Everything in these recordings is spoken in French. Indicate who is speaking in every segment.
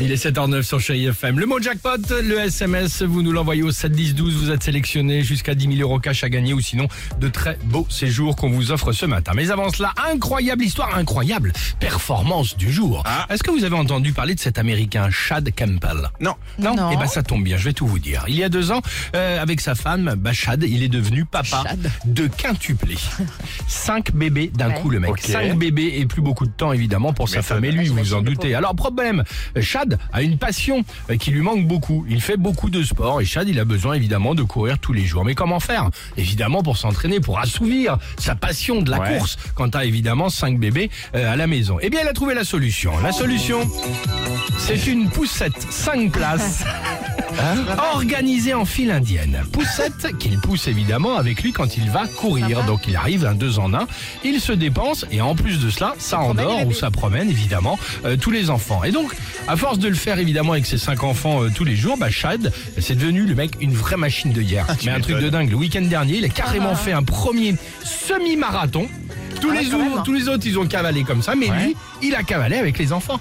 Speaker 1: Il est 7h09 sur Chéri FM. Le mot jackpot, le SMS, vous nous l'envoyez au 7 10 12. Vous êtes sélectionné jusqu'à 10 000 euros cash à gagner ou sinon de très beaux séjours qu'on vous offre ce matin. Mais avant cela, incroyable histoire, incroyable performance du jour. Est-ce que vous avez entendu parler de cet Américain Chad Campbell
Speaker 2: Non.
Speaker 1: Non.
Speaker 3: Non.
Speaker 1: Eh ben ça tombe bien. Je vais tout vous dire. Il y a deux ans, euh, avec sa femme, bah, Chad, il est devenu papa de quintuplé. Cinq bébés d'un coup le mec.
Speaker 2: Ok.
Speaker 1: Cinq bébés et plus beaucoup de temps évidemment pour sa femme et lui, vous vous en doutez. Alors problème, Chad a une passion euh, qui lui manque beaucoup. Il fait beaucoup de sport et Chad, il a besoin évidemment de courir tous les jours. Mais comment faire Évidemment pour s'entraîner, pour assouvir sa passion de la
Speaker 2: Ouais.
Speaker 1: course quand t'as évidemment cinq bébés euh, à la maison. Eh bien, elle a trouvé la solution. La solution, c'est une poussette 5 places. Organisée en file indienne. Poussette qu'il pousse évidemment avec lui quand il va courir. Donc il arrive un deux en un. Il se dépense et en plus de cela, ça endort ou ça promène évidemment euh, tous les enfants. Et donc, à force de le faire évidemment avec ses cinq enfants euh, tous les jours, bah Chad, c'est devenu le mec une vraie machine de guerre. Mais un truc de dingue. Le week-end dernier, il a carrément fait un premier semi-marathon. Tous, les autres, tous les autres, ils ont cavalé comme ça, mais lui, il a cavalé avec les enfants.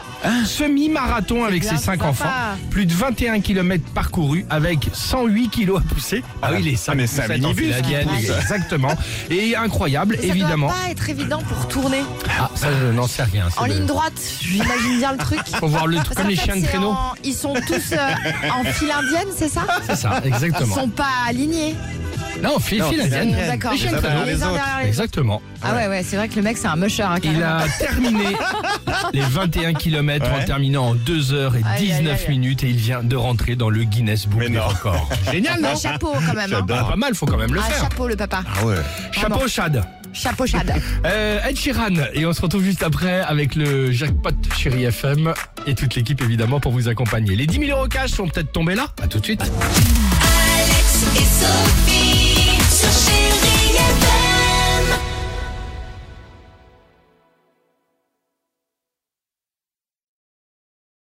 Speaker 1: Semi-marathon avec ses cinq enfants. Plus de 21 km parcourus avec 108 kilos à pousser. Ah oui, les cinq
Speaker 4: mais c'est un
Speaker 1: poussettes en
Speaker 4: minibus qui
Speaker 1: file indienne,
Speaker 4: pousse.
Speaker 1: Exactement. Et incroyable,
Speaker 5: Ça
Speaker 1: évidemment.
Speaker 5: doit pas être évident pour tourner
Speaker 1: Ah, ça, je n'en sais rien. c'est
Speaker 5: en
Speaker 1: le-
Speaker 5: ligne droite. J'imagine bien le truc.
Speaker 1: Faut voir le truc
Speaker 5: Parce qu'en
Speaker 1: comme les
Speaker 5: fait,
Speaker 1: chiens de
Speaker 5: c'est
Speaker 1: créneau.
Speaker 5: en- Ils sont tous euh, en file indienne, c'est ça
Speaker 1: C'est ça,
Speaker 5: Ils
Speaker 1: exactement.
Speaker 5: sont pas alignés.
Speaker 1: Non, file, file
Speaker 4: c'est
Speaker 1: indienne.
Speaker 4: indienne.
Speaker 5: D'accord.
Speaker 1: Les chiens de
Speaker 4: uns
Speaker 1: créneau.
Speaker 4: derrière les
Speaker 5: uns
Speaker 4: autres.
Speaker 5: derrière les autres.
Speaker 1: Exactement.
Speaker 5: Ah ouais, ouais, c'est vrai que le mec, c'est un musher. Hein,
Speaker 1: Il
Speaker 5: carrément.
Speaker 1: a terminé les 21 km en
Speaker 4: Ouais.
Speaker 1: terminant en 2 heures et
Speaker 5: Aïe, aïe,
Speaker 1: 19
Speaker 5: aïe.
Speaker 1: minutes et il vient de rentrer dans le Guinness Book
Speaker 4: Mais
Speaker 1: des
Speaker 4: non.
Speaker 1: records. Génial, non
Speaker 5: Un chapeau quand même. Hein.
Speaker 1: Ah, Pas mal, faut quand même le
Speaker 5: Un
Speaker 1: faire.
Speaker 5: chapeau, le papa.
Speaker 4: Ah ouais.
Speaker 1: Chapeau Chad.
Speaker 5: Chapeau Chad.
Speaker 1: Euh, Ed Sheeran et on se retrouve juste après avec le jackpot chéri FM et toute l'équipe évidemment pour vous accompagner. Les 10 000 euros cash sont peut-être tombés là. À tout de suite.
Speaker 6: Alex et Sophie.